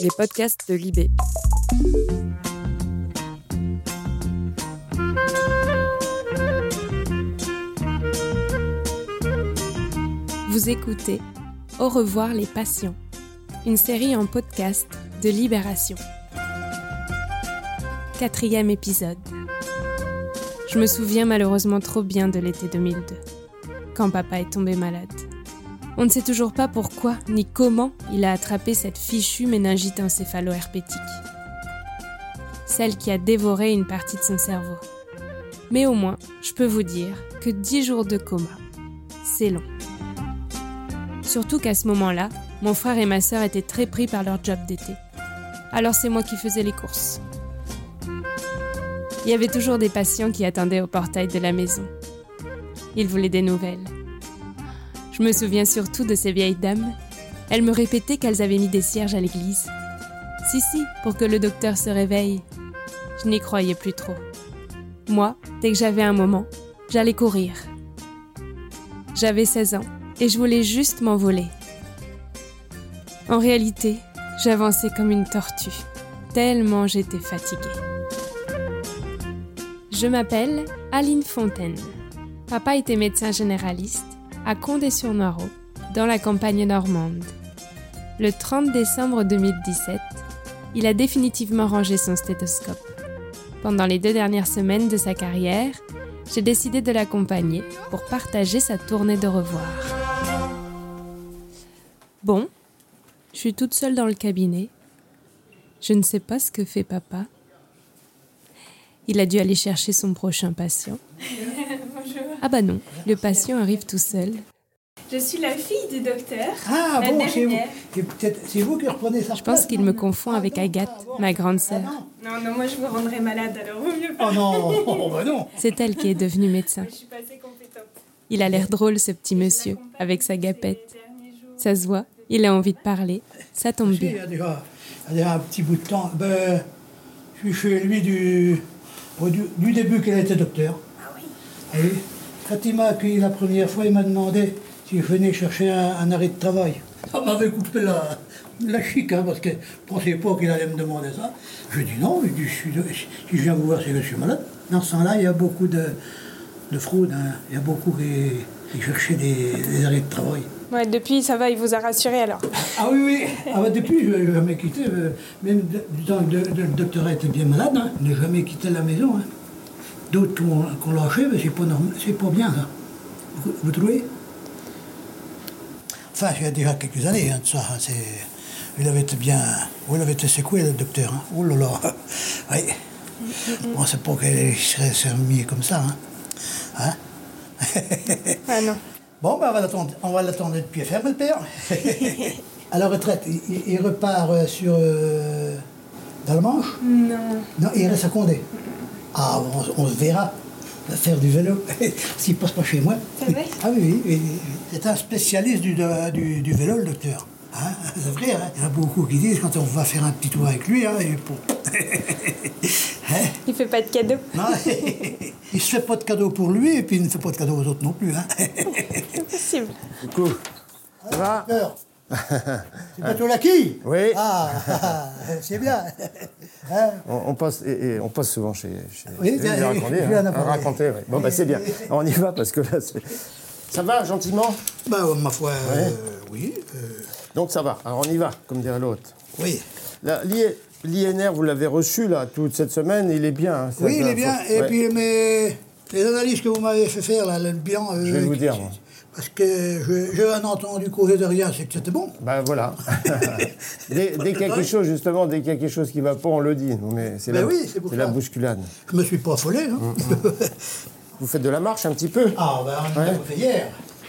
les podcasts de Libé. Vous écoutez Au revoir les patients, une série en podcast de Libération. Quatrième épisode. Je me souviens malheureusement trop bien de l'été 2002, quand papa est tombé malade. On ne sait toujours pas pourquoi ni comment il a attrapé cette fichue méningite encéphaloherpétique. Celle qui a dévoré une partie de son cerveau. Mais au moins, je peux vous dire que 10 jours de coma, c'est long. Surtout qu'à ce moment-là, mon frère et ma sœur étaient très pris par leur job d'été. Alors c'est moi qui faisais les courses. Il y avait toujours des patients qui attendaient au portail de la maison. Ils voulaient des nouvelles. Je me souviens surtout de ces vieilles dames. Elles me répétaient qu'elles avaient mis des cierges à l'église. Si, si, pour que le docteur se réveille. Je n'y croyais plus trop. Moi, dès que j'avais un moment, j'allais courir. J'avais 16 ans et je voulais juste m'envoler. En réalité, j'avançais comme une tortue, tellement j'étais fatiguée. Je m'appelle Aline Fontaine. Papa était médecin généraliste à Condé-sur-Noireau, dans la campagne normande. Le 30 décembre 2017, il a définitivement rangé son stéthoscope. Pendant les deux dernières semaines de sa carrière, j'ai décidé de l'accompagner pour partager sa tournée de revoir. Bon, je suis toute seule dans le cabinet. Je ne sais pas ce que fait papa. Il a dû aller chercher son prochain patient. Ah bah non, le patient arrive tout seul. Je suis la fille du docteur. Ah la bon, dernière. c'est vous. C'est peut-être- c'est vous qui reprenez Ah, sa Je pense qu'il me confond avec Agathe, ma grande sœur. Non, non, moi je me rendrai malade, alors vaut mieux pas. Oh non, oh bah non. C'est elle qui est devenue médecin. Je suis pas assez compétente. Il a l'air drôle, ce petit monsieur, avec sa gapette. Ça se voit, il a envie de parler, ça tombe Si, il, y bien. a déjà, il y a déjà un petit bout de temps. Ben, je suis chez lui du, bon, du, du début qu'elle était docteur. Ah oui. Quand il m'a accueilli la première fois, il m'a demandé si je venais chercher un, un arrêt de travail. Ça m'avait coupé la, la chic, hein, parce que je pensais pas qu'il allait me demander ça. Je dis non, il dit, je suis de- si je viens vous voir, c'est que je suis malade. Dans ce temps-là, il y a beaucoup de, de fraudes. hein. Il y a beaucoup qui, qui cherchaient des- des arrêts de travail. Ouais, depuis ça va, il vous a rassuré alors. Ah oui, oui. Ah bah depuis, je n'ai jamais quitté. euh, Même de- du temps que de- de- le doctorat était bien malade, hein, je n'ai jamais quitté la maison. hein. D'autres qu'on qu'on lâché, mais c'est pas normal, c'est pas bien ça. Vous, vous trouvez Enfin, il y a déjà quelques années hein, de ça. hein, c'est... Il avait été bien. Oui, il avait été secoué, le docteur. hein. Oh là là. Oui. Je pensais pas qu'il serait serait remis comme ça. hein. Hein Ah non. Bon, ben, on va l'attendre, on va l'attendre de pied ferme, le père. à la retraite, il, il- il repart euh, sur. euh, dans le Manche Non. Non, il reste à Condé. Ah, on, on se verra On va faire du vélo. S'il passe pas chez moi. C'est vrai Ah oui, oui, oui, oui. C'est un spécialiste du, de- du- du vélo, le docteur. Hein, c'est vrai, hein. il y en a beaucoup qui disent quand on va faire un petit tour avec lui, hein, et pour- Hein Il fait pas de cadeaux. non, il se fait pas de cadeau pour lui et puis il ne fait pas de cadeau aux autres non plus. Hein. C'est possible. Coucou. Ça va Alors, C'est bientôt la quille Oui. Ah, ah, c'est bien. Hein on, on passe, et, et on passe souvent chez. chez Oui, je bien, vais lui oui, raconter, je lui en ai hein. parlé. Raconter, ouais. Bon, bah, c'est bien. On y va parce que là, c'est. Ça va, gentiment bah, ma foi, euh, oui. euh, Donc, ça va. Alors, on y va, comme dirait l'autre. oui. Là, l'I- L'INR, vous l'avez reçu, là, toute cette semaine. Il est bien. hein, c'est Oui, la il est bien. première fois. Et Ouais. puis, mais les analyses que vous m'avez fait faire, là, le bilan. euh, Je vais vous qui- dire, moi. Parce que je- j'ai un entendu courir de rien, c'est que c'était bon. Bah voilà. dès dès qu'il y a quelque chose, justement, dès qu'il y a quelque chose qui va pas, on le dit. Non, mais c'est Ben la, oui, c'est pour la ça. bousculade. Je me suis pas affolé. hein. Vous faites de la marche un petit peu ah, ben, on Ouais. l'a fait hier.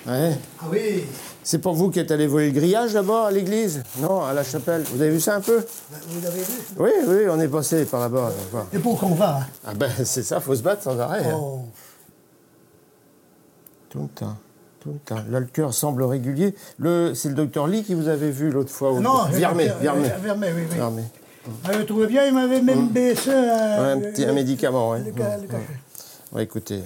Ouais. Ah oui, C'est pour vous qui êtes allé voler le grillage là-bas à l'église Non, à la chapelle. Vous avez vu ça un peu ben, vous l'avez vu. Oui, oui, on est passé par là-bas. donc, voilà. Et pour qu'on va. hein. Ah ben c'est ça, faut se battre sans arrêt. hein. Oh. Tout le temps, tout le temps. Là, le cœur semble régulier. Le, c'est le docteur Lee qui vous avait vu l'autre fois. au- Non, Viermé, euh, Viermé. euh, Viermé, oui, oui. Viermé. Ah, je le trouvais bien, il m'avait même baissé. Hein. Ouais, euh, un, petit, le- un Hein. médicament, ouais. le ca- le Ouais, café. ouais. Ouais, écoutez.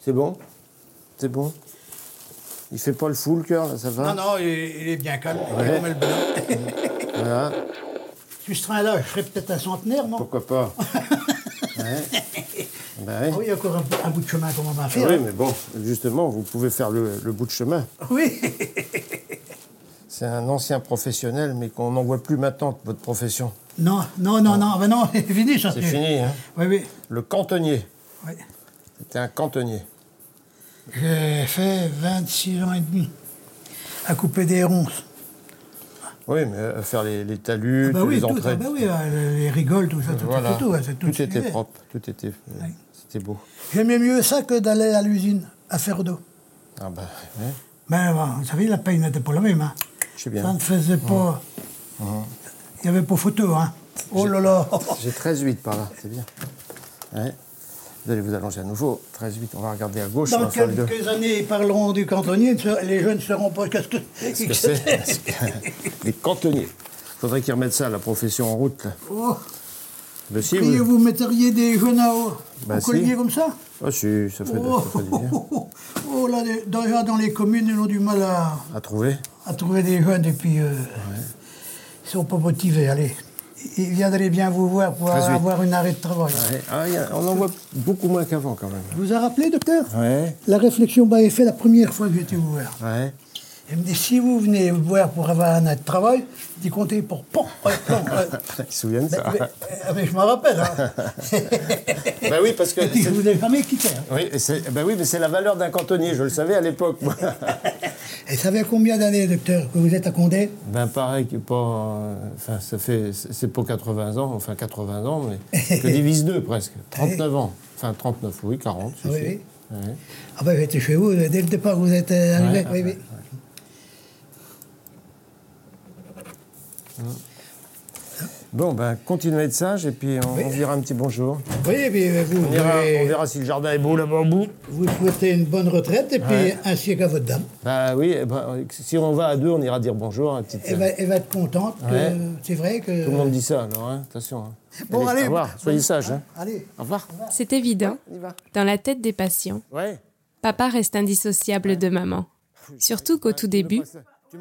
C'est bon C'est bon Il fait pas le fou, le cœur, là, ça Non, va non, il, est- il est bien calme. Il Ouais. est comme le bonhomme. Voilà. Sur ce train-là, je ferais peut-être un centenaire, non Pourquoi pas Ouais. Bah ouais. Ah Ah Oui, il y a encore un, un bout de chemin qu'on va Oui, faire. mais bon, justement, vous pouvez faire le, le bout de chemin. Oui. C'est un ancien professionnel, mais qu'on n'en voit plus maintenant de votre profession. Non, non, non, non, ben non, c'est fini, C'est centenaire. fini, hein Oui, oui. Le cantonnier. oui. C'était un cantonnier. J'ai fait 26 ans et demi à couper des ronces. Oui, mais euh, faire les, les talus, bah tous oui, les tout, entrées. ah bah oui, euh, les rigoles, tout ça, tout, Voilà. tout, tout, ouais, c'est tout, ce qu'il y était avait. propre, tout était. euh, Ouais. C'était beau. J'aimais mieux ça que d'aller à l'usine, à faire d'eau. Ah bah, ouais, Ben, bon, vous savez, la paye n'était pas la même. Hein. je sais bien. Mmh. Ça ne faisait pas... Il n'y avait pas photo, hein. Oh là là J'ai 13-8 par là, c'est bien. Ouais. Vous allez vous allonger à nouveau. 13-8, on va regarder à gauche. on Dans va faire le deux. quelques années, ils parleront du cantonnier, ils se- les jeunes ne sauront pas qu'est-ce que Qu'est-ce que c'est Les cantonniers. Il faudrait qu'ils remettent ça, la profession en route. Là. Oh, Mais si, priez, oui. vous metteriez des jeunes à haut, Bah au si. collier comme ça Ah si, ça fait, oh, ça fait du bien. oh, oh, oh, là, les- déjà dans les communes, ils ont du mal à, À trouver. à trouver des jeunes et puis euh, ils sont pas motivés. Allez, ils viendraient bien vous voir pour Très vite. avoir une arrêt de travail. Ouais. Ah, il y a- on en voit beaucoup moins qu'avant quand même. Vous a rappelé, docteur Ouais. La réflexion m'avait fait la première fois que j'étais ouvert. Ouais. Il me dit si vous venez me voir pour avoir un arrêt de travail, je dis comptez pour pan, pan, pan, pan. Ils se souviennent de Mais, ça. mais- euh, mais je m'en rappelle. Hein. Bah oui, parce que. Et puis je c'est- vous ai jamais quitté. hein. Oui, et c'est- bah oui, mais c'est la valeur d'un cantonnier, je le savais à l'époque, moi. Et ça fait combien d'années, docteur, que vous êtes à Condé Ben pareil, que pas. euh, Enfin, ça fait. C'est c'est pas 80 ans, enfin 80 ans, mais. Que divise 2 presque. 39 ans. Enfin, 39, oui, 40. c'est Oui, sûr. oui. Ouais. Ah ben j'étais chez vous, dès le départ vous êtes euh, arrivé. Ouais, oui, ouais, oui. ouais. Bon, ben continuez de sage et puis on, Oui. on dira un petit bonjour. Oui, mais vous, On, ira- vous- on verra si le jardin est beau là-bas au bout. vous souhaitez une bonne retraite et puis Ouais. un siècle à votre dame. Bah oui, eh ben, si on va à deux, on ira dire bonjour. hein, petite- Elle va, elle va être contente, que- Ouais. c'est vrai que... Tout le monde dit ça, alors, hein, attention. hein. euh, Bon, allez. Au revoir, soyez sages. hein. Allez. Au revoir. C'est évident, On y va. dans la tête des patients, Ouais. papa reste indissociable de maman. Surtout qu'au tout début,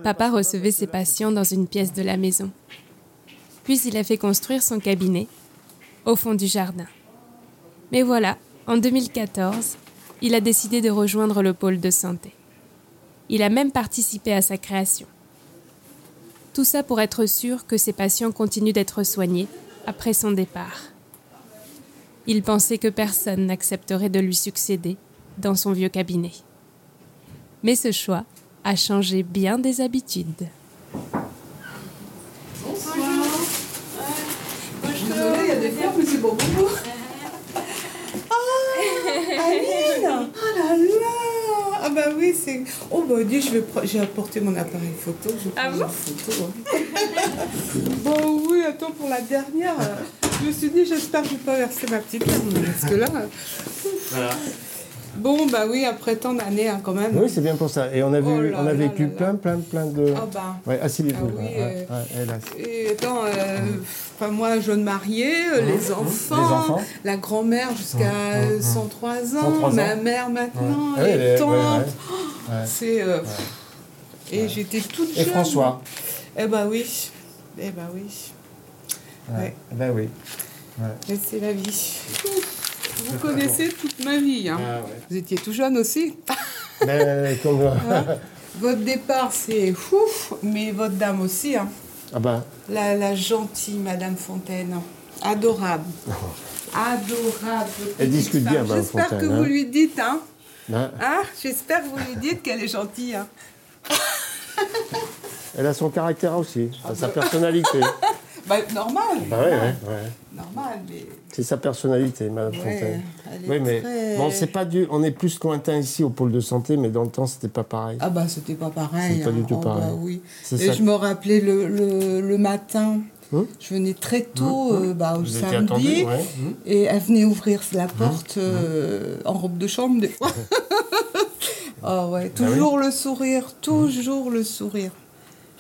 papa recevait ses patients dans une pièce de la maison. Puis il a fait construire son cabinet au fond du jardin. Mais voilà, en 2014, il a décidé de rejoindre le pôle de santé. Il a même participé à sa création. Tout ça pour être sûr que ses patients continuent d'être soignés après son départ. Il pensait que personne n'accepterait de lui succéder dans son vieux cabinet. Mais ce choix a changé bien des habitudes. Désolée, il y a des fois, mais c'est bon pour vous. Ah, Aline Ah là là Ah bah oui, c'est... Oh bah dis, je vais pre- j'ai apporté mon appareil photo. Je ah bon photo, hein. Bon oui, attends, pour la dernière, euh, je me suis dit, j'espère que je vais pas verser ma petite larme, parce que là... euh, ouf. Bon bah oui, après tant d'années, hein, quand même. Oui, c'est bien pour ça. Et on a, vu, Oh là on a là vécu là là. plein, plein, plein de. Ah bah. Ouais, asseyez-vous. Ah oui, ouais, ouais, ouais, hélas. Et étant, euh, enfin, moi, jeune mariée, euh, les, enfants, Hein, Les enfants. Hein, la grand-mère jusqu'à euh, 103 ans, 103 ans. ma mère maintenant, Ouais. Ah oui, elle les est- tantes. ouais, ouais. Oh, Ouais. C'est. euh, Et j'étais toute Et jeune. François. Eh ben oui. Eh ben oui. Ouais. Ben oui. Mais c'est la vie. Vous connaissez toute ma vie. hein. Ah Vous étiez tout jeune aussi. Ah, Mais comme. euh, Votre départ, c'est ouf, mais votre dame aussi. hein. Ah ben. La, la gentille Madame Fontaine. Adorable. Adorable. Elle discute bien, Madame J'espère que Fontaine, hein. vous lui dites, hein. ben, Hein J'espère que vous lui dites qu'elle est gentille. hein. Elle a son caractère aussi, Ah sa personnalité. Bah, normal. bah ouais, ouais, ouais. Normal, mais. C'est sa personnalité, Madame Ouais, Fontaine. elle est Oui, mais très- bon, c'est pas du. On est plus lointain ici au pôle de santé, mais dans le temps, c'était pas pareil. Ah bah c'était pas pareil. C'est pas du tout bah pareil. oui. C'est Et ça. je me rappelais le, le- le matin. Hum. Je venais très tôt Hein euh, bah, au Vous étiez samedi attendue, ouais. Hum. et elle venait ouvrir la Hein porte euh, en robe de chambre des fois. Ah Ah ouais, toujours le sourire, toujours le sourire.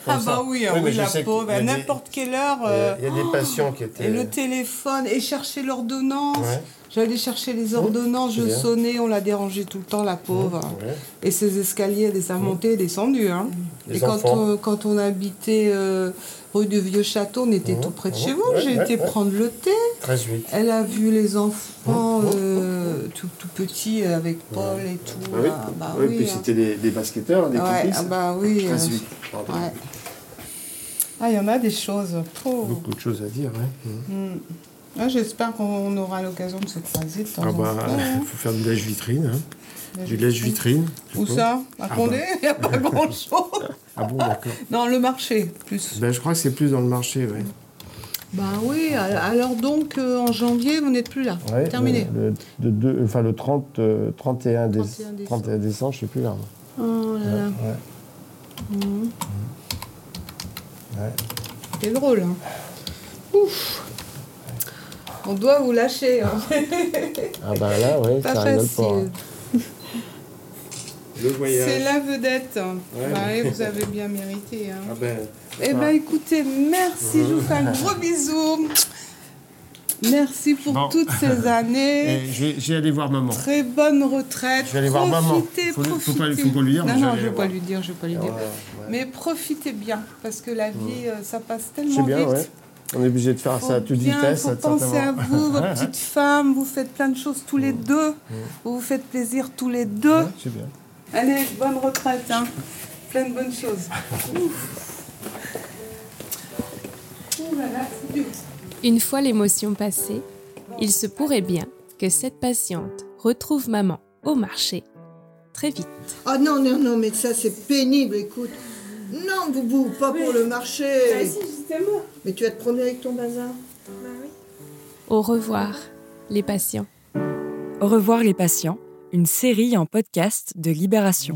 Ah comme ça. bah oui, ah Oui, mais oui je sais la que pauvre, il y a à des- n'importe quelle heure. Il y euh, a- il y a des patients qui étaient. Et le téléphone, et chercher l'ordonnance. Ouais. Oh, J'allais chercher les ordonnances, c'est je bien. Hein sonnais, on la dérangeait tout le temps, la pauvre. ouais. Et ses escaliers, elle les a montés Mmh. et descendus. hein. Les et quand enfants. on, quand on habitait euh, rue du Vieux-Château, on était tout près de mmh. chez vous. Ouais, J'ai ouais, été ouais. prendre le thé. 13-8. Elle a vu les enfants Mmh. euh, tout, tout petits avec Paul et tout. Ah oui, Ah, bah Ouais, oui, puis hein. c'était des, des basketteurs, des Ouais, complices. ah bah oui. euh, 13-8, pardon. ouais. Ah, il y en a des choses. Pouh. Beaucoup de choses à dire, hein. ouais. Ah, J'espère qu'on aura l'occasion de se croiser de temps Ah en bah, temps, hein. il faut faire du lèche-vitrine. hein. La Du lèche-vitrine. je Où pense. ça À Ah Condé Il n'y a pas grand-chose. Ah bon, d'accord. Dans le marché, plus. Ben, je crois que c'est plus dans le marché, ouais. Bah oui, al- alors donc, euh, en janvier, vous n'êtes plus là. Ouais, Terminé. Le, le, de- deux- enfin, le 30, euh, 31, déce- 31 décembre. 31 décembre, je ne sais plus là. moi. Oh là Mmh. là, Ouais. c'est drôle. hein. Ouf On doit vous lâcher, hein. Ah bah là, oui, pas ça rigole facile. pas. hein. Le C'est voyage. la vedette. hein. Ouais. Bah oui, vous avez bien mérité. hein. Ah ben, Eh bien, écoutez, merci. Je vous fais un gros bisou. Merci pour Bon. toutes ces années. Eh, je vais- je vais aller voir maman. Très bonne retraite. Je vais aller voir maman. Ah Profitez, Faut lui- faut profitez. pas- faut pas lui dire, mais Non, je vais non, aller je la vais pas voir. lui dire, je vais pas lui dire. Mais profitez bien, parce que la vie, euh, ça passe tellement Mm. C'est bien, vite. ouais. On est obligé de faire Faut ça à toute bien, vitesse. faut penser à certainement. vous, votre Ouais, petite femme. Vous faites plein de choses tous les Mm. deux. Vous vous faites plaisir tous les deux. C'est bien. Allez, bonne retraite, hein. Plein de bonnes choses. Ouf. Ouh là là, c'est dur. Une fois l'émotion passée, il se pourrait bien que cette patiente retrouve maman au marché très vite. Ah non, non, non, mais ça c'est pénible, écoute. Non, Boubou, pas pour le Bah marché. si, justement. Mais tu vas te promener avec ton bazar. Bah oui. Au revoir, les patients. Au revoir les patients, une série en podcast de Libération.